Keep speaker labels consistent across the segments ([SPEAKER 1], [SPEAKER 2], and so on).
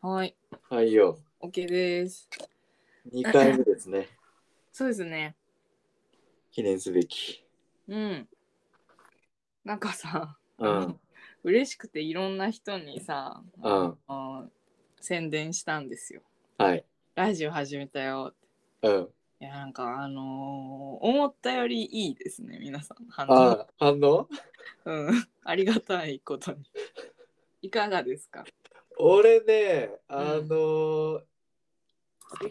[SPEAKER 1] はいよ。
[SPEAKER 2] OK です。
[SPEAKER 1] 2回目ですね。
[SPEAKER 2] そうですね。
[SPEAKER 1] 記念すべき。
[SPEAKER 2] うん。なんかさ、
[SPEAKER 1] うん。
[SPEAKER 2] 嬉しくていろんな人にさ、
[SPEAKER 1] うん。
[SPEAKER 2] あの宣伝したんですよ。
[SPEAKER 1] はい。
[SPEAKER 2] ラジオ始めたよ。
[SPEAKER 1] うん。
[SPEAKER 2] いや、なんかあのー思ったよりいいですね、皆さん。反応
[SPEAKER 1] あ、反応
[SPEAKER 2] うん。 ありがたいことに。いかがですか
[SPEAKER 1] 俺ね、あのー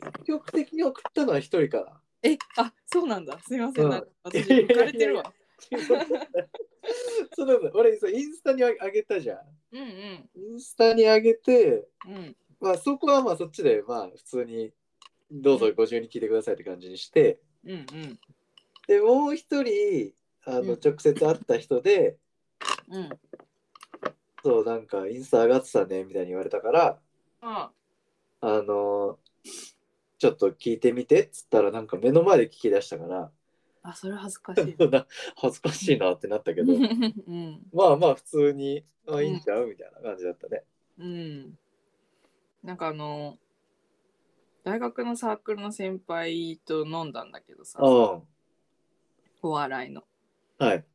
[SPEAKER 1] 積極的に送ったのは一人か
[SPEAKER 2] え、あ、そうなんだ。すみません。
[SPEAKER 1] うん
[SPEAKER 2] なんか私、浮かれてるわ。
[SPEAKER 1] な。 そうなの俺そうインスタにあげたじゃ
[SPEAKER 2] う
[SPEAKER 1] ん。
[SPEAKER 2] んうん。
[SPEAKER 1] インスタにあげて、
[SPEAKER 2] うん。
[SPEAKER 1] まあそこはまあそっちでまあ普通にどうぞご自由に聞いてくださいって感じにして、
[SPEAKER 2] うんうん。
[SPEAKER 1] でもう一人あ
[SPEAKER 2] うん
[SPEAKER 1] の直接会った人で、
[SPEAKER 2] うん。
[SPEAKER 1] そうなんかインスタ上がってたねみたいに言われたから、
[SPEAKER 2] あ
[SPEAKER 1] あのちょっと聞いてみてっつったらなんか目の前で聞き出したから
[SPEAKER 2] あ、それ恥ずかしい。
[SPEAKER 1] な恥ずかしいなってなったけど
[SPEAKER 2] うん。
[SPEAKER 1] まあまあ普通にあいいんちゃうみたいな感じだっ たね。
[SPEAKER 2] うん。なんかあの、大学のサークルの先輩と飲んだんだけどさ、
[SPEAKER 1] う
[SPEAKER 2] お笑いの。
[SPEAKER 1] んはい。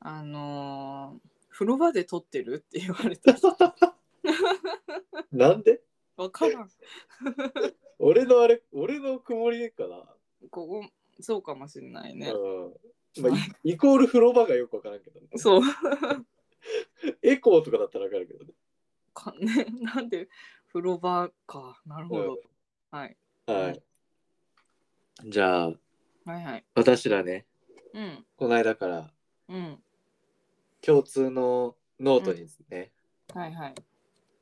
[SPEAKER 2] あのー風呂場で撮ってるって言われた。
[SPEAKER 1] なんで
[SPEAKER 2] わからん。
[SPEAKER 1] 俺のあれ俺の曇りかな、
[SPEAKER 2] ここ、そうかもしれないね。
[SPEAKER 1] うんまあ、 イイコール風呂場がよくわからんけど、ね、
[SPEAKER 2] そう。
[SPEAKER 1] エコーとかだったらわかるけどね。
[SPEAKER 2] かね、なんで、風呂場か。なるほど。はい。
[SPEAKER 1] はい。じゃあ
[SPEAKER 2] はいはい。
[SPEAKER 1] 私らね
[SPEAKER 2] うん。
[SPEAKER 1] この間から
[SPEAKER 2] うん。
[SPEAKER 1] 共通のノートにですね、
[SPEAKER 2] はいはい。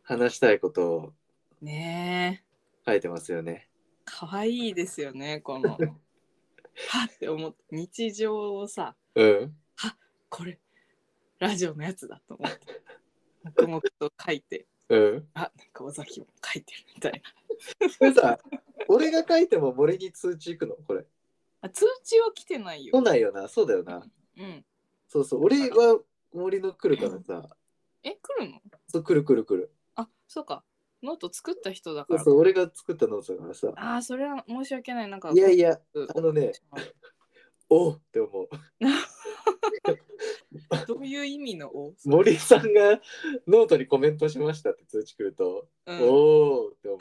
[SPEAKER 1] 話したいことを
[SPEAKER 2] ねえ。
[SPEAKER 1] 書いてますよね。
[SPEAKER 2] かわいいですよね、この。はって思って、日常をさ、
[SPEAKER 1] うん。
[SPEAKER 2] これラジオのやつだと思って黙々と書いて
[SPEAKER 1] うん。
[SPEAKER 2] あなんか尾崎も書いてるみたいな
[SPEAKER 1] これさ、俺が書いても森に通知行くのこれ。
[SPEAKER 2] あ通知は来てない
[SPEAKER 1] 来
[SPEAKER 2] よ、
[SPEAKER 1] ないよな。そうだよな。
[SPEAKER 2] うん、
[SPEAKER 1] そうそう。俺は森の来るからさ。
[SPEAKER 2] え来るの
[SPEAKER 1] そう、来る来る来る。
[SPEAKER 2] あそうかノート作った人だか
[SPEAKER 1] そう
[SPEAKER 2] ら
[SPEAKER 1] そう、俺が作ったノートだからさ。
[SPEAKER 2] あーそれは申し訳ないなんか
[SPEAKER 1] いやいや、
[SPEAKER 2] うん
[SPEAKER 1] あのね、おうって思う。
[SPEAKER 2] どういう意味のお、
[SPEAKER 1] 森さんがノートにコメントしましたって通知来ると、
[SPEAKER 2] う
[SPEAKER 1] お
[SPEAKER 2] ん、
[SPEAKER 1] おって思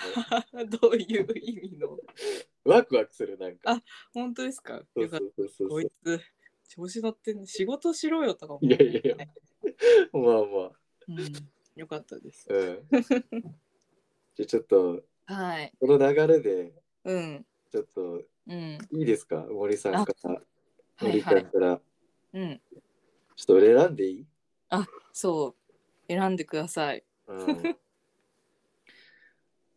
[SPEAKER 2] どういう意味の
[SPEAKER 1] う。ワクワクする、なんか。
[SPEAKER 2] あ本当ですか
[SPEAKER 1] そう
[SPEAKER 2] よ
[SPEAKER 1] そ
[SPEAKER 2] かっ
[SPEAKER 1] うそうそ
[SPEAKER 2] た
[SPEAKER 1] うそ
[SPEAKER 2] こ
[SPEAKER 1] う
[SPEAKER 2] い。つ調子乗ってんね仕事しろよとか思
[SPEAKER 1] いやいやいやまあまあ。
[SPEAKER 2] うん、よかったです、
[SPEAKER 1] うん。じゃあちょっと、
[SPEAKER 2] はい
[SPEAKER 1] この流れで、
[SPEAKER 2] うん
[SPEAKER 1] ちょっと
[SPEAKER 2] うん
[SPEAKER 1] いいですか森さんから。
[SPEAKER 2] は
[SPEAKER 1] 森
[SPEAKER 2] い
[SPEAKER 1] さ
[SPEAKER 2] は
[SPEAKER 1] ん
[SPEAKER 2] い
[SPEAKER 1] から。
[SPEAKER 2] うん
[SPEAKER 1] ちょっと俺選んでいい、
[SPEAKER 2] そう。選んでください。
[SPEAKER 1] うん、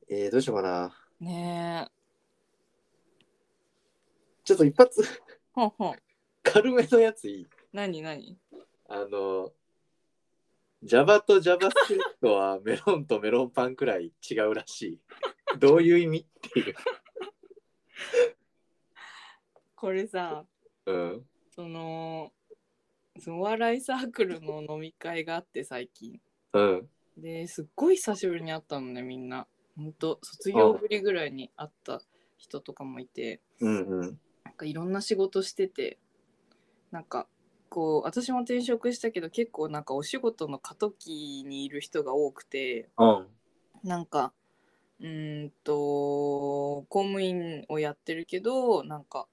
[SPEAKER 1] えー、どうしようかな。
[SPEAKER 2] ねえ。
[SPEAKER 1] ちょっと一発
[SPEAKER 2] ほんほん。
[SPEAKER 1] 軽めのやついい
[SPEAKER 2] なになに
[SPEAKER 1] あの、Java と JavaScript は メロンとメロンパンくらい違うらしい。どういう意味っていう。
[SPEAKER 2] これさ、
[SPEAKER 1] うん。
[SPEAKER 2] その、そのお笑いサークルの飲み会があって最近。
[SPEAKER 1] うん。
[SPEAKER 2] で、すっごい久しぶりに会ったのね、みんな。ほんと、卒業ぶりぐらいに会った人とかもいて、
[SPEAKER 1] うんうん。
[SPEAKER 2] なんかいろんな仕事してて、なんか、こう私も転職したけど結構なんかお仕事の過渡期にいる人が多くて、
[SPEAKER 1] うん。
[SPEAKER 2] なんかうーんと公務員をやってるけどなんか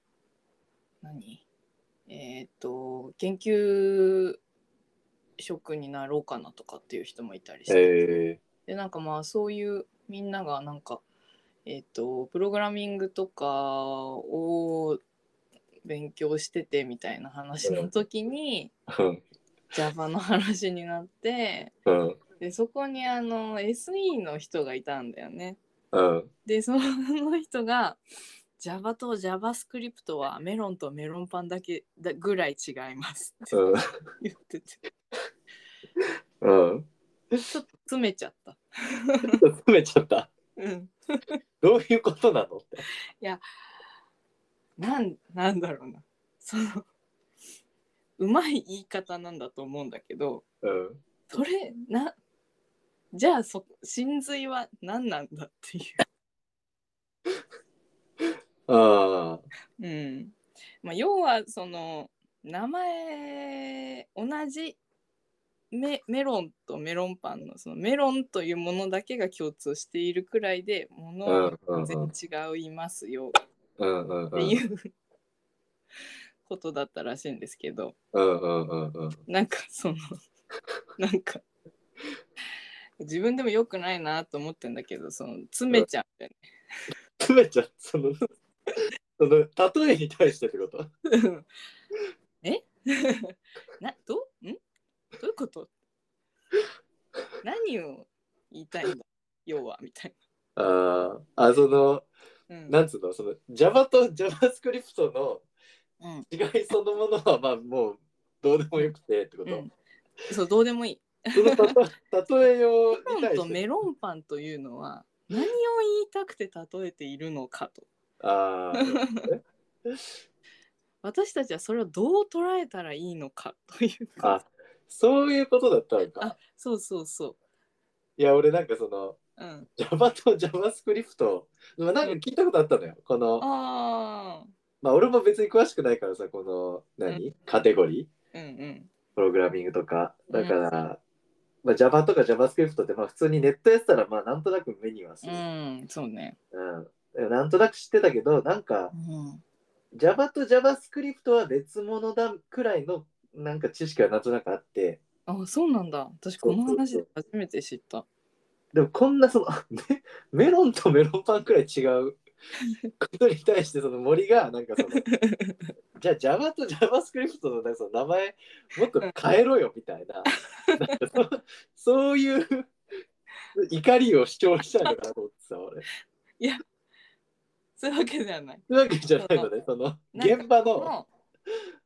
[SPEAKER 2] 何えっ、と研究職になろうかなとかっていう人もいたりして、
[SPEAKER 1] え
[SPEAKER 2] でなんかまあそういうみんながなんかえっ、とプログラミングとかを勉強しててみたいな話の時に、
[SPEAKER 1] ー。うん。
[SPEAKER 2] Java の話になって
[SPEAKER 1] うん。
[SPEAKER 2] でそこにあの SE の人がいたんだよね。
[SPEAKER 1] うん。
[SPEAKER 2] でその 人が Java と JavaScript はメロンとメロンパンだけだぐらい違いますって
[SPEAKER 1] うん。
[SPEAKER 2] 言ってて
[SPEAKER 1] うん。
[SPEAKER 2] ちょっと詰めちゃった。
[SPEAKER 1] 詰めちゃった。
[SPEAKER 2] うん、
[SPEAKER 1] どういうことなのって。
[SPEAKER 2] なんなんだろうなそのうまい言い方なんだと思うんだけど
[SPEAKER 1] うん。
[SPEAKER 2] それなじゃあそ真髄は何なんだっていう
[SPEAKER 1] あ
[SPEAKER 2] うんまあ、要はその名前同じメメロンとメロンパンのそのメロンというものだけが共通しているくらいでものは全然違いますよ
[SPEAKER 1] あ、うんうん
[SPEAKER 2] っていう ことだったらしいんですけど
[SPEAKER 1] うんうんうんうん。
[SPEAKER 2] なんかその なんか自分でもよくないなと思ってんだけどその詰めちゃうんだよね
[SPEAKER 1] つめちゃん、その、 その、例えに対してってこと
[SPEAKER 2] うん えなどうんどういうこと何を言いたいんだ要はみたい
[SPEAKER 1] ああ、あ、その、
[SPEAKER 2] な。うん
[SPEAKER 1] なんつうの、その、Java と JavaScript の
[SPEAKER 2] うん
[SPEAKER 1] 違いそのものは、まあ、もう、どうでもよくてってこ
[SPEAKER 2] う
[SPEAKER 1] と。
[SPEAKER 2] ん、そうどうでもいい。
[SPEAKER 1] そのたと、例えよ
[SPEAKER 2] メロン
[SPEAKER 1] うに対
[SPEAKER 2] と
[SPEAKER 1] して。
[SPEAKER 2] メロンパンというのは何を言いたくて例えているのかと。
[SPEAKER 1] ああ、
[SPEAKER 2] 私たちはそれをどう捉えたらいいのかという
[SPEAKER 1] あ
[SPEAKER 2] か。
[SPEAKER 1] そういうことだったの
[SPEAKER 2] あ
[SPEAKER 1] か。
[SPEAKER 2] そうそうそ
[SPEAKER 1] いや、俺なんかその、
[SPEAKER 2] う。うん、
[SPEAKER 1] Java と JavaScript、まあなんか聞いたことあったのよ。この、
[SPEAKER 2] ああ。
[SPEAKER 1] まあ俺も別に詳しくないからさ、この、何カテゴリー
[SPEAKER 2] うんうん。
[SPEAKER 1] プログラミングとか。だから、まあ、Java とか JavaScript ってまあ普通にネットやってたらまあなんとなく目にはする。
[SPEAKER 2] うんそうね。
[SPEAKER 1] うんでもなんとなく知ってたけど、なんか
[SPEAKER 2] うん、
[SPEAKER 1] Java と JavaScript は別物だくらいのなんか知識はなんとなくあって、
[SPEAKER 2] あそうなんだ。私この話で初めて知った。
[SPEAKER 1] でもこんなその、 ね、メロンとメロンパンくらい違うことに対してその森がなんかその、じゃあ Java と JavaScript のなんかその名前もっと変えろよみたいな、なんかそそういう怒りを主張したいのかなと思ってさ、俺。
[SPEAKER 2] そういうわけではない。
[SPEAKER 1] そういうわけじゃないのね、その
[SPEAKER 2] なんか
[SPEAKER 1] 現場の。
[SPEAKER 2] この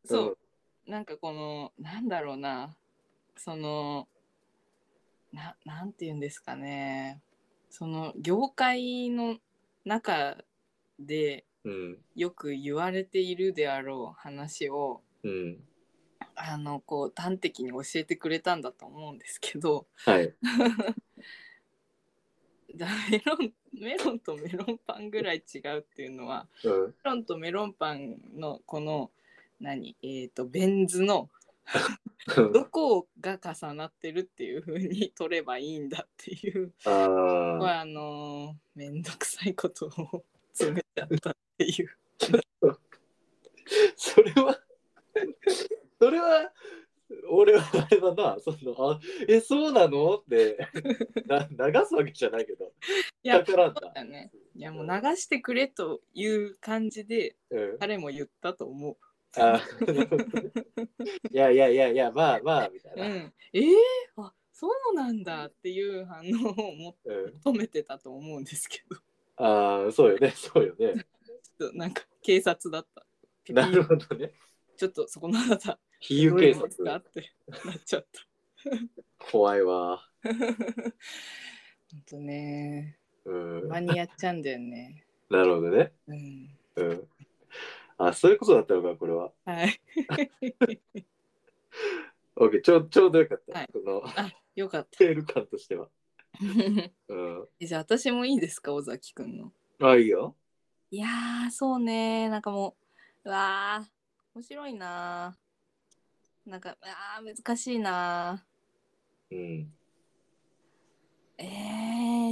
[SPEAKER 2] そう、なんかこのなんだろうなそのななんて言うんですかねその業界の中で
[SPEAKER 1] うん。
[SPEAKER 2] よく言われているであろう話を
[SPEAKER 1] うん。
[SPEAKER 2] あのこう端的に教えてくれたんだと思うんですけど
[SPEAKER 1] はい。
[SPEAKER 2] だメロンメロンとメロンパンぐらい違うっていうのは
[SPEAKER 1] うん。
[SPEAKER 2] メロンとメロンパンのこの何えっ、とベン図のどこが重なってるっていう風に取ればいいんだっていう、
[SPEAKER 1] ああ、
[SPEAKER 2] まああのーめんどくさいことを詰めちゃったって いう
[SPEAKER 1] それは、それは、俺はあれだな、その、あ、え、そうなのって、な流すわけじゃないけど、
[SPEAKER 2] いや
[SPEAKER 1] だからんだ
[SPEAKER 2] そうだねいやもう流してくれという感じで
[SPEAKER 1] うん。
[SPEAKER 2] 彼も言ったと思う。
[SPEAKER 1] あーなるほどいやいやいやいや、まあまあ、みたいうな。
[SPEAKER 2] ん、えー、あそうなんだっていう反応を
[SPEAKER 1] うん、
[SPEAKER 2] 求めてたと思うんですけど
[SPEAKER 1] ああ、そうよね、そうよね。
[SPEAKER 2] ちょっとなんか警察だった。
[SPEAKER 1] なるほどね。
[SPEAKER 2] ちょっとそこのあなた
[SPEAKER 1] 比喩警
[SPEAKER 2] どういうことですか
[SPEAKER 1] 察
[SPEAKER 2] っ、てなっちゃった。
[SPEAKER 1] 怖いわ。
[SPEAKER 2] ほんとね
[SPEAKER 1] うん、
[SPEAKER 2] マ
[SPEAKER 1] な
[SPEAKER 2] ニアっちゃんだよね。
[SPEAKER 1] るほどね。
[SPEAKER 2] うん。
[SPEAKER 1] うん。あ、そういうことだったのか、これは。
[SPEAKER 2] はい。
[SPEAKER 1] OK、ちょちょうどよかった。
[SPEAKER 2] はい
[SPEAKER 1] この、
[SPEAKER 2] よかっ
[SPEAKER 1] テール感としては。
[SPEAKER 2] た。
[SPEAKER 1] うん。
[SPEAKER 2] じゃあ私もいいですか尾崎くんの。
[SPEAKER 1] あ、いいよ。
[SPEAKER 2] いやーそうねなんかもううわー面白いなーなんかあー難しいな
[SPEAKER 1] うん。
[SPEAKER 2] ーえ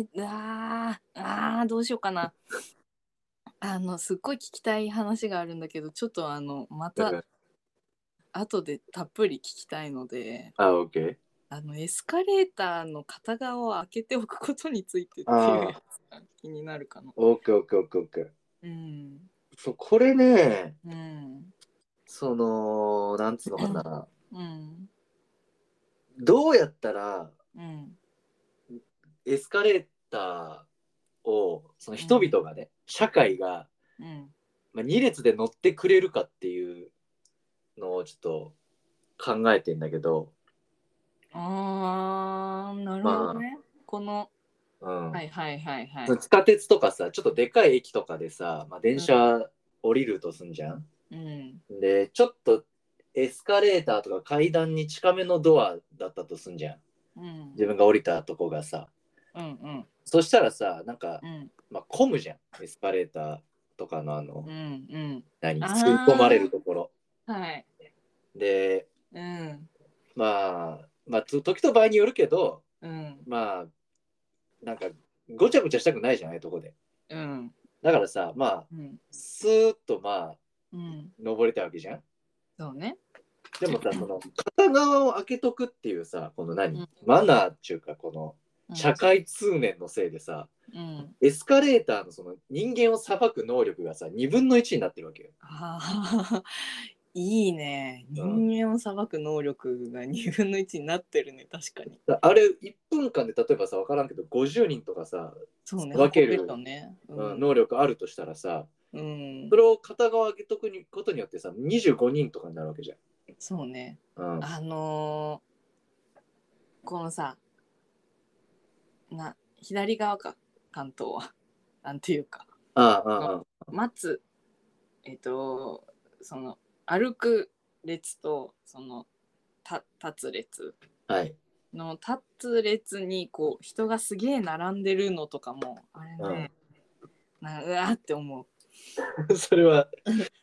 [SPEAKER 2] ー、うわーあーどうしようかな。あのすっごい聞きたい話があるんだけどちょっとあのま
[SPEAKER 1] うん
[SPEAKER 2] た後でたっぷり聞きたいので
[SPEAKER 1] あ、OK。
[SPEAKER 2] あのエスカレーターの片側を開けておくことについてっていう
[SPEAKER 1] あー
[SPEAKER 2] やつが気になるかな。
[SPEAKER 1] OKOKOKOK。
[SPEAKER 2] うん。
[SPEAKER 1] そう、これね、
[SPEAKER 2] うん。
[SPEAKER 1] その、なんつうのかな。
[SPEAKER 2] うん。
[SPEAKER 1] どうやったら
[SPEAKER 2] うん。
[SPEAKER 1] エスカレーターを、その人々がね、社会が、
[SPEAKER 2] うん。
[SPEAKER 1] まあ、2列で乗ってくれるかっていうのをちょっと考えてんだけど、
[SPEAKER 2] あー、なるほどね。この、
[SPEAKER 1] うん。
[SPEAKER 2] はいはいはいはい
[SPEAKER 1] その。地下鉄とかさ、ちょっとでかい駅とかでさ、まあ、電車降りるとすんじゃん。
[SPEAKER 2] うん。
[SPEAKER 1] でちょっとエスカレーターとか階段に近めのドアだったとすんじゃん
[SPEAKER 2] うん
[SPEAKER 1] 自分が降りたとこがさ
[SPEAKER 2] うんうん
[SPEAKER 1] そしたらさなんか、
[SPEAKER 2] うん
[SPEAKER 1] まあ、混むじゃんエスカレーターとかのあの、
[SPEAKER 2] うんうん
[SPEAKER 1] 何
[SPEAKER 2] あー
[SPEAKER 1] 吸い込まれるところ
[SPEAKER 2] はい
[SPEAKER 1] で
[SPEAKER 2] うん
[SPEAKER 1] まあまあつ時と場合によるけど
[SPEAKER 2] うん
[SPEAKER 1] まあなんかごちゃごちゃしたくないじゃないとこで
[SPEAKER 2] うん
[SPEAKER 1] だからさまあ
[SPEAKER 2] うん
[SPEAKER 1] スーッとまあ
[SPEAKER 2] うん
[SPEAKER 1] 登れたわけじゃん
[SPEAKER 2] そうね
[SPEAKER 1] でもさその片側を開けとくっていうさこの何、
[SPEAKER 2] うん
[SPEAKER 1] マナーっていうかこの
[SPEAKER 2] うん
[SPEAKER 1] 社会通念のせいでさ、
[SPEAKER 2] うん
[SPEAKER 1] エスカレーターのその人間を裁く能力がさ2分の1になってるわけよ
[SPEAKER 2] あー いいね
[SPEAKER 1] うん
[SPEAKER 2] 人間を裁く能力が2分の1になってるね確かに
[SPEAKER 1] だあれ1分間で例えばさ分からんけど50人とかさ、
[SPEAKER 2] そうね
[SPEAKER 1] 分ける
[SPEAKER 2] 運べたねう
[SPEAKER 1] うん
[SPEAKER 2] ん
[SPEAKER 1] 能力あるとしたらさ
[SPEAKER 2] うん
[SPEAKER 1] それを片側開けとくことによってさ25人とかになるわけじゃん。
[SPEAKER 2] そうね
[SPEAKER 1] うん、
[SPEAKER 2] あのーこのさな左側か関東は なんていうか
[SPEAKER 1] ああああ
[SPEAKER 2] 待つえっ、とその歩く列とそのた立つ列
[SPEAKER 1] はい。
[SPEAKER 2] の立つ列にこう人がすげえ並んでるのとかもあれね、なんかうわーって思う
[SPEAKER 1] それは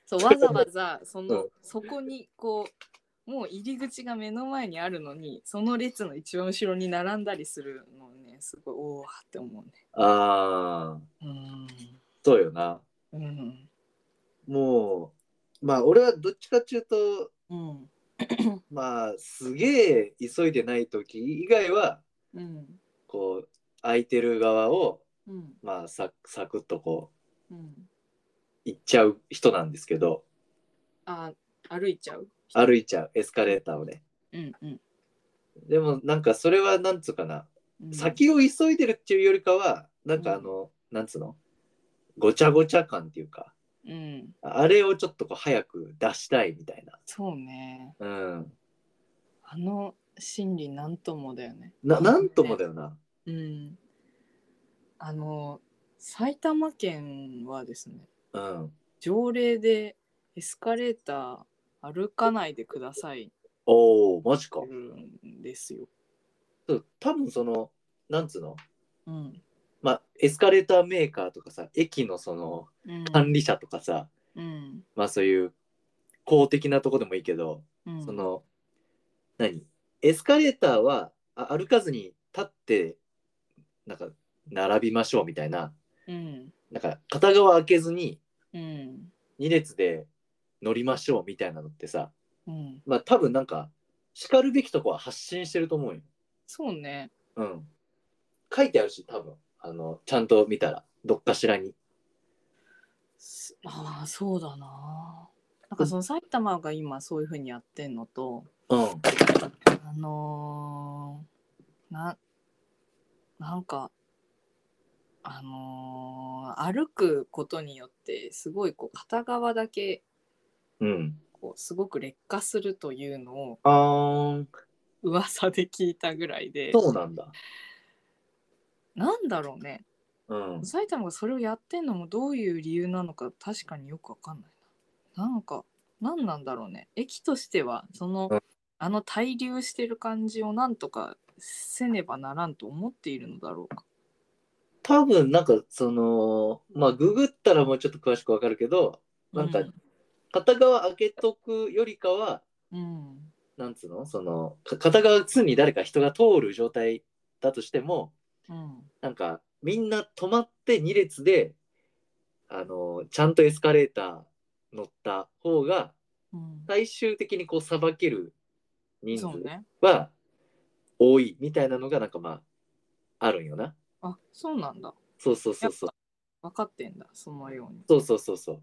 [SPEAKER 2] そうわざわざその、
[SPEAKER 1] うん
[SPEAKER 2] そこにこうもう入り口が目の前にあるのにその列の一番後ろに並んだりするのねすごいおおって思うね
[SPEAKER 1] ああそうよな。
[SPEAKER 2] うんうん
[SPEAKER 1] もうまあ俺はどっちかっていうと
[SPEAKER 2] うん
[SPEAKER 1] まあすげえ急いでない時以外は
[SPEAKER 2] うん
[SPEAKER 1] こう空いてる側を
[SPEAKER 2] うん
[SPEAKER 1] まあサクサクッとこう
[SPEAKER 2] うん
[SPEAKER 1] 行っちゃう人なんですけど
[SPEAKER 2] あ歩いちゃう
[SPEAKER 1] 歩いちゃうエスカレーターをね。
[SPEAKER 2] うんうん
[SPEAKER 1] でもなんかそれはなんつうかな
[SPEAKER 2] うん
[SPEAKER 1] 先を急いでるっていうよりかはなんかあの、なんつうのごちゃごちゃ感っていうか
[SPEAKER 2] うん
[SPEAKER 1] あれをちょっとこう早く出したいみたいな。
[SPEAKER 2] そうね
[SPEAKER 1] うん、
[SPEAKER 2] あの心理なんともだよね
[SPEAKER 1] ななんともだ
[SPEAKER 2] よ、
[SPEAKER 1] よな。
[SPEAKER 2] うんあの埼玉県はですね
[SPEAKER 1] うん、
[SPEAKER 2] 条例でエスカレーター歩かないでください
[SPEAKER 1] おおマジか
[SPEAKER 2] って。うんですよ。
[SPEAKER 1] そう多分そのなんつうの
[SPEAKER 2] うん。
[SPEAKER 1] まあエスカレーターメーカーとかさ駅のその
[SPEAKER 2] うん。
[SPEAKER 1] 管理者とかさ、
[SPEAKER 2] うん。
[SPEAKER 1] まあそういう公的なとこでもいいけど、
[SPEAKER 2] うん
[SPEAKER 1] そ。の何エスカレーターはあ歩かずに立ってなんか並びましょうみたいな
[SPEAKER 2] うん。
[SPEAKER 1] なんか片側開けずに
[SPEAKER 2] うん。
[SPEAKER 1] 2列で乗りましょうみたいなのってさ
[SPEAKER 2] うん。
[SPEAKER 1] まあ多分なんか叱るべきとこは発信してると思うよ。
[SPEAKER 2] そうね。
[SPEAKER 1] うん。書いてあるし多分あのちゃんと見たらどっかしらに。
[SPEAKER 2] すああ、そうだな。なんかその埼玉が今そういうふうにやってんのと、
[SPEAKER 1] うん。
[SPEAKER 2] あのー、な、なんか、あのー歩くことによってすごいこう片側だけ
[SPEAKER 1] うん。
[SPEAKER 2] こうすごく劣化するというのを
[SPEAKER 1] あー
[SPEAKER 2] 噂で聞いたぐらいで
[SPEAKER 1] そうなんだ。
[SPEAKER 2] なんだろうね
[SPEAKER 1] うん。
[SPEAKER 2] 埼玉がそれをやってんのもどういう理由なのか確かによくわかんないな。なんか何なんだろうね駅としてはその、
[SPEAKER 1] うん
[SPEAKER 2] あの滞留してる感じをなんとかせねばならんと思っているのだろうか。
[SPEAKER 1] 多分なんかそのまあググったらもうちょっと詳しくわかるけどなんか
[SPEAKER 2] うん
[SPEAKER 1] 片側開けとくよりかは、
[SPEAKER 2] うん
[SPEAKER 1] なんつうのそのか片側常に誰か人が通る状態だとしても
[SPEAKER 2] うん
[SPEAKER 1] なんかみんな止まって2列であのちゃんとエスカレーター乗った方が
[SPEAKER 2] うん
[SPEAKER 1] 最終的にこうさばける人数
[SPEAKER 2] そうね。
[SPEAKER 1] は多いみたいなのがなんかまああるんよな。
[SPEAKER 2] あそうなんだ。
[SPEAKER 1] そうそうそうそう
[SPEAKER 2] 分かってんだそのように。
[SPEAKER 1] そうそうそうそう。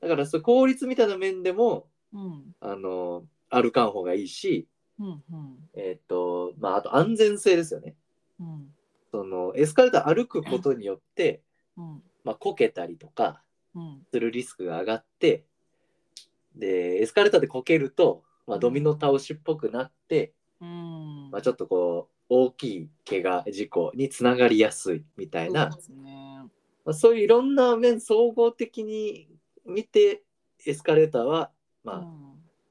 [SPEAKER 1] だからそう効率みたいな面でも
[SPEAKER 2] うん
[SPEAKER 1] あの歩かん方がいいし、
[SPEAKER 2] うんうん
[SPEAKER 1] えっ、とまああと安全性ですよね。
[SPEAKER 2] うん
[SPEAKER 1] そのエスカレーター歩くことによって、
[SPEAKER 2] うん
[SPEAKER 1] まあ、こけたりとか
[SPEAKER 2] うん
[SPEAKER 1] するリスクが上がってでエスカレーターでこけると、まあ、ドミノ倒しっぽくなって、
[SPEAKER 2] うん。
[SPEAKER 1] まあ、ちょっとこう大きい怪我事故につながりやすいみたいな、
[SPEAKER 2] そうですね。
[SPEAKER 1] まあ、そういういろんな面総合的に見てエスカレーターは、まあ
[SPEAKER 2] うん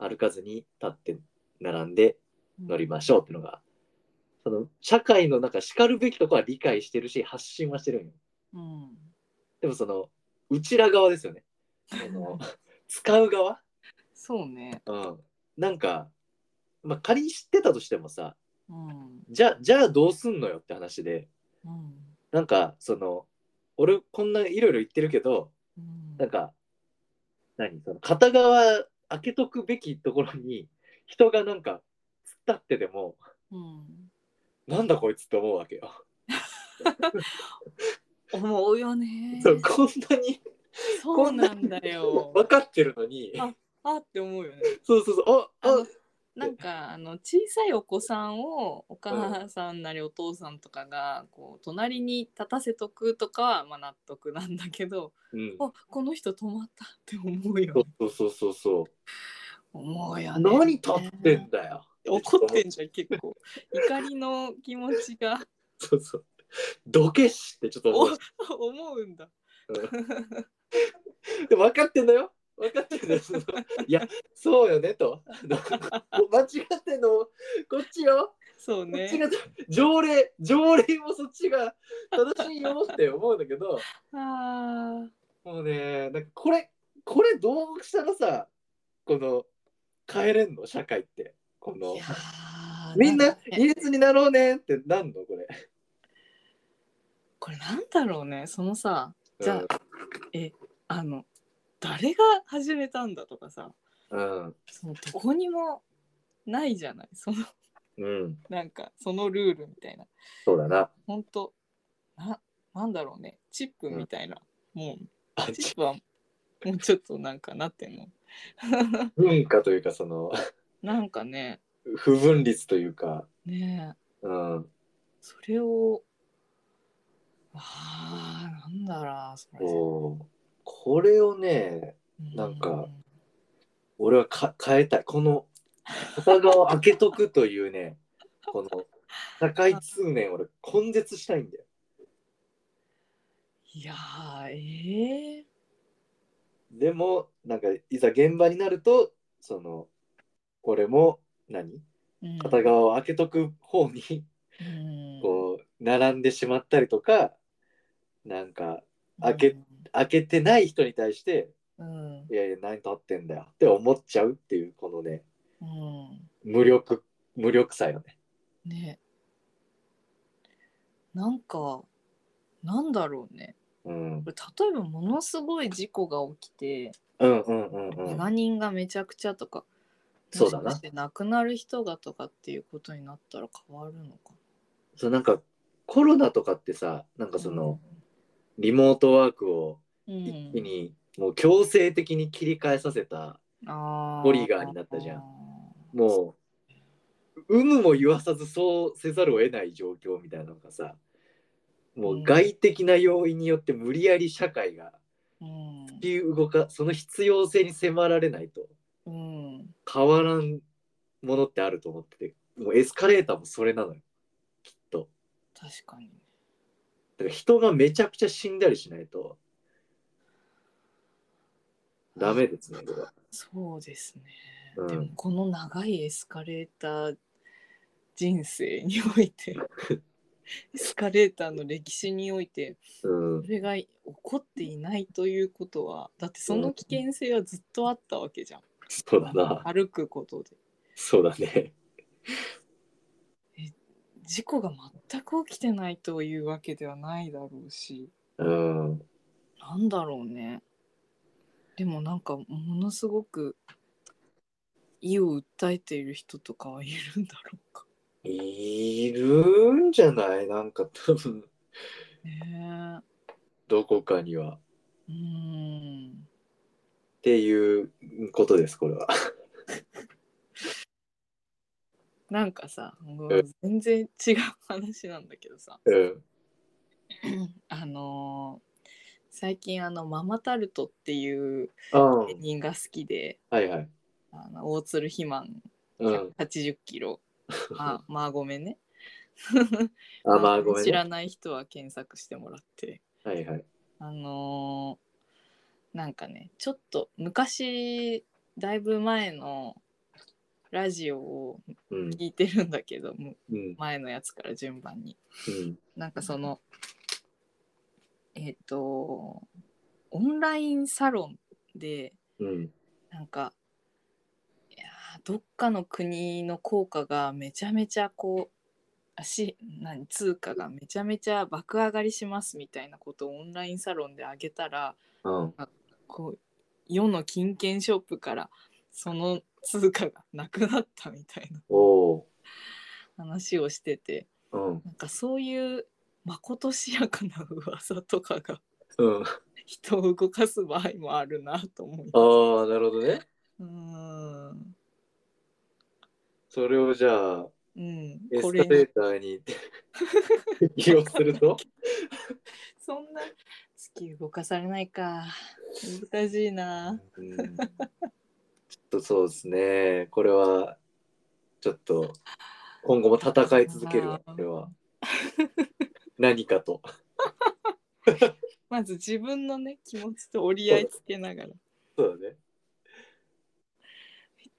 [SPEAKER 1] 歩かずに立って並んで乗りましょうっていうのがその社会のなんか叱るべきとこは理解してるし発信はしてるんよ
[SPEAKER 2] うん。
[SPEAKER 1] でもそのうちら側ですよねその 使う側、
[SPEAKER 2] そうね。
[SPEAKER 1] うん、なんか、まあ、仮に知ってたとしてもさ
[SPEAKER 2] うん。
[SPEAKER 1] じゃじゃあどうすんのよって話で
[SPEAKER 2] うん。
[SPEAKER 1] なんかその俺こんないろいろ言ってるけど
[SPEAKER 2] うん
[SPEAKER 1] なんか何その片側開けとくべきところに人がなんか突っ立ってても
[SPEAKER 2] うん。
[SPEAKER 1] なんだこいつって思うわけよ。
[SPEAKER 2] 思うよね。
[SPEAKER 1] そうこんなに
[SPEAKER 2] そうなんだよ。
[SPEAKER 1] 分かってるのに
[SPEAKER 2] ああって思うよね。
[SPEAKER 1] そうそうそう
[SPEAKER 2] あ
[SPEAKER 1] あ
[SPEAKER 2] のなんかあの小さいお子さんをお母さんなりお父さんとかがこう隣に立たせとくとかはまあ納得なんだけど
[SPEAKER 1] あ、うん、
[SPEAKER 2] あこの人止まったって思うよ
[SPEAKER 1] そ
[SPEAKER 2] ね
[SPEAKER 1] うそうそうそうそう
[SPEAKER 2] 思うよね
[SPEAKER 1] 何立ってんだよ。
[SPEAKER 2] 怒ってんじゃん結構怒りの気持ちが
[SPEAKER 1] そうそう。どけしってちょっと思う
[SPEAKER 2] 思うんだ
[SPEAKER 1] でも分かってんだ よ。分かってんだよ。そのいや、そうよねと。あの間違ってんのもこっちよ。
[SPEAKER 2] そう
[SPEAKER 1] こっ
[SPEAKER 2] ね
[SPEAKER 1] ちが条例、条例もそっちが正しいよって思うんだけど、
[SPEAKER 2] あー
[SPEAKER 1] もうね、なんかこれ、これどうしたらさ、この変えれんの社会って。この
[SPEAKER 2] いやー
[SPEAKER 1] みんな
[SPEAKER 2] かね
[SPEAKER 1] い列になろうねってなんのこれ。
[SPEAKER 2] これなんだろうねそのさじゃ
[SPEAKER 1] あ、
[SPEAKER 2] あの誰が始めたんだとかさ
[SPEAKER 1] うん、
[SPEAKER 2] そのどこにもないじゃないその
[SPEAKER 1] うん、
[SPEAKER 2] なんかそのルールみたいな
[SPEAKER 1] そうだ な。
[SPEAKER 2] ほんとななんだろうねチップみたいな、も
[SPEAKER 1] あ
[SPEAKER 2] うチップはもうちょっとなんかなってんの
[SPEAKER 1] 文化というかその
[SPEAKER 2] なんかね
[SPEAKER 1] 不分率というか、
[SPEAKER 2] ねえ
[SPEAKER 1] うん、
[SPEAKER 2] それをあーなんだろうそれ
[SPEAKER 1] こうこれをね
[SPEAKER 2] う
[SPEAKER 1] なんか俺はか変えたいこの片側を開けとくとい うねこの社会通念俺根絶したいんだよ
[SPEAKER 2] いやーええ
[SPEAKER 1] でもなんかいざ現場になるとその俺も何
[SPEAKER 2] うん
[SPEAKER 1] 片側を開けとく方に
[SPEAKER 2] うん
[SPEAKER 1] こう並んでしまったりとかなんか開け開けてない人に対して
[SPEAKER 2] うん
[SPEAKER 1] いやいや何立ってんだよって思っちゃうっていうこのね
[SPEAKER 2] うん
[SPEAKER 1] 無力無力さよね。
[SPEAKER 2] ねなんかなんだろうね
[SPEAKER 1] うん
[SPEAKER 2] これ例えばものすごい事故が起きて
[SPEAKER 1] うんうんうんう
[SPEAKER 2] 怪
[SPEAKER 1] ん。
[SPEAKER 2] 我人がめちゃくちゃとか、
[SPEAKER 1] そうだな
[SPEAKER 2] もしかして亡くなる人がとかっていうことになったら変わるのか
[SPEAKER 1] そうなんかコロナとかってさなんか
[SPEAKER 2] な
[SPEAKER 1] その、リモートワークを
[SPEAKER 2] うん
[SPEAKER 1] 一気にもう強制的に切り替えさせたト
[SPEAKER 2] ト
[SPEAKER 1] リガーになったじゃんもう有無も言わさずそうせざるを得ない状況みたいなのがさもう外的な要因によって無理やり社会が
[SPEAKER 2] うん、
[SPEAKER 1] っていう動かその必要性に迫られないと
[SPEAKER 2] うん、
[SPEAKER 1] 変わらんものってあると思っててもうエスカレーターもそれなのよきっと。
[SPEAKER 2] 確かに
[SPEAKER 1] だから人がめちゃくちゃ死んだりしないとダメですね、これは。
[SPEAKER 2] そうですね、
[SPEAKER 1] うん
[SPEAKER 2] でもこの長いエスカレーター人生におい てエスカレーターの歴史において
[SPEAKER 1] うん
[SPEAKER 2] そ、れが起こっていないということはだってその危険性はずっとあったわけじゃん
[SPEAKER 1] そうだな、
[SPEAKER 2] 歩くことで
[SPEAKER 1] そうだね。
[SPEAKER 2] 事故が全く起きてないというわけではないだろうし
[SPEAKER 1] うん、
[SPEAKER 2] なんだろうねでもなんかものすごく意を訴えている人とかはいるんだろうか
[SPEAKER 1] いるんじゃないなんか 多分
[SPEAKER 2] ね
[SPEAKER 1] どこかには。っ
[SPEAKER 2] えうん
[SPEAKER 1] ていうことです、これは。
[SPEAKER 2] なんかさもう
[SPEAKER 1] うん
[SPEAKER 2] 全然違う話なんだけどさ
[SPEAKER 1] うん、
[SPEAKER 2] あのー最近あのママタルトっていう
[SPEAKER 1] ああ
[SPEAKER 2] 芸人が好きで、
[SPEAKER 1] はいはい。
[SPEAKER 2] あの大鶴ひまん
[SPEAKER 1] うん、
[SPEAKER 2] 180キ ロ、あまあごめんね
[SPEAKER 1] あ、まあごめん、
[SPEAKER 2] 知ら
[SPEAKER 1] ね。
[SPEAKER 2] ない人は検索してもらって
[SPEAKER 1] はいはい。
[SPEAKER 2] あのーなんかねちょっと昔だいぶ前のラジオを
[SPEAKER 1] うん
[SPEAKER 2] 聞いてるんだけども
[SPEAKER 1] うん
[SPEAKER 2] 前のやつから順番に
[SPEAKER 1] うん
[SPEAKER 2] なんかそのえっ、とオンラインサロンで
[SPEAKER 1] うん
[SPEAKER 2] なんかいやーどっかの国の効果がめちゃめちゃこう足何通貨がめちゃめちゃ爆上がりしますみたいなことをオンラインサロンであげたら
[SPEAKER 1] うん
[SPEAKER 2] こう世の金券ショップからその通貨がなくなったみたいな
[SPEAKER 1] おお
[SPEAKER 2] 話をしてて
[SPEAKER 1] ーうん
[SPEAKER 2] なんかそういうまことしやかな噂とかが
[SPEAKER 1] うんあ
[SPEAKER 2] 人を動かす場合もあるなと思い
[SPEAKER 1] あ
[SPEAKER 2] ます
[SPEAKER 1] ーなるほどね
[SPEAKER 2] うーん
[SPEAKER 1] それをじゃあ
[SPEAKER 2] うん
[SPEAKER 1] エ
[SPEAKER 2] こ
[SPEAKER 1] ス
[SPEAKER 2] れ
[SPEAKER 1] カレーター に利用すると
[SPEAKER 2] そんな月動かされないか難しいな
[SPEAKER 1] うんちょっとそうですね。これは、ちょっと、今後も戦い続けるわ、
[SPEAKER 2] あー
[SPEAKER 1] これは。何かと。
[SPEAKER 2] まず自分のね気持ちと折り合いつけながらめっ
[SPEAKER 1] そうだね。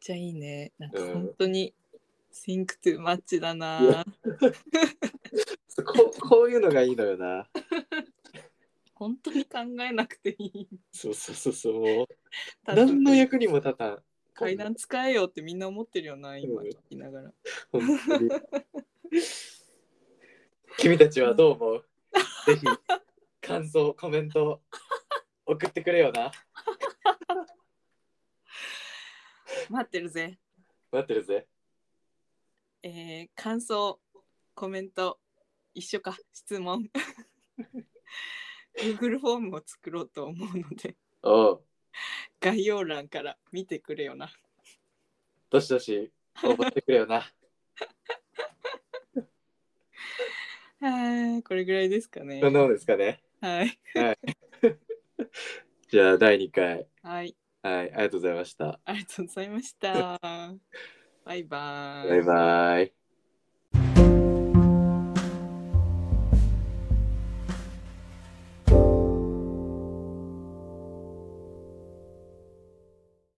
[SPEAKER 2] ちゃいいねなんか
[SPEAKER 1] うん
[SPEAKER 2] 本当に Think too much だな
[SPEAKER 1] そうここういうのがいいのよな。
[SPEAKER 2] 本当に考えなくていい
[SPEAKER 1] そうそうそうそう。もう
[SPEAKER 2] ただ
[SPEAKER 1] 何の役にも立たん。
[SPEAKER 2] 階段使えよってみんな思ってるよな今
[SPEAKER 1] うん
[SPEAKER 2] 聞きながら
[SPEAKER 1] 本当に君たちはどう思 うぜひ、感想、コメント、送ってくれよな。
[SPEAKER 2] 待ってるぜ
[SPEAKER 1] 待ってるぜ。
[SPEAKER 2] えー感想コメント一緒か質問 Google フォームを作ろうと思うので
[SPEAKER 1] おう、
[SPEAKER 2] 概要欄から見てくれよな
[SPEAKER 1] どしどし、応募してくれよな。
[SPEAKER 2] はいこれぐらいですか ね
[SPEAKER 1] そんなもんですかね。
[SPEAKER 2] はい
[SPEAKER 1] じゃあ、第2回。
[SPEAKER 2] はい
[SPEAKER 1] はい、ありがとうございました。
[SPEAKER 2] ありがとうございましたバイバイ
[SPEAKER 1] バイバイ。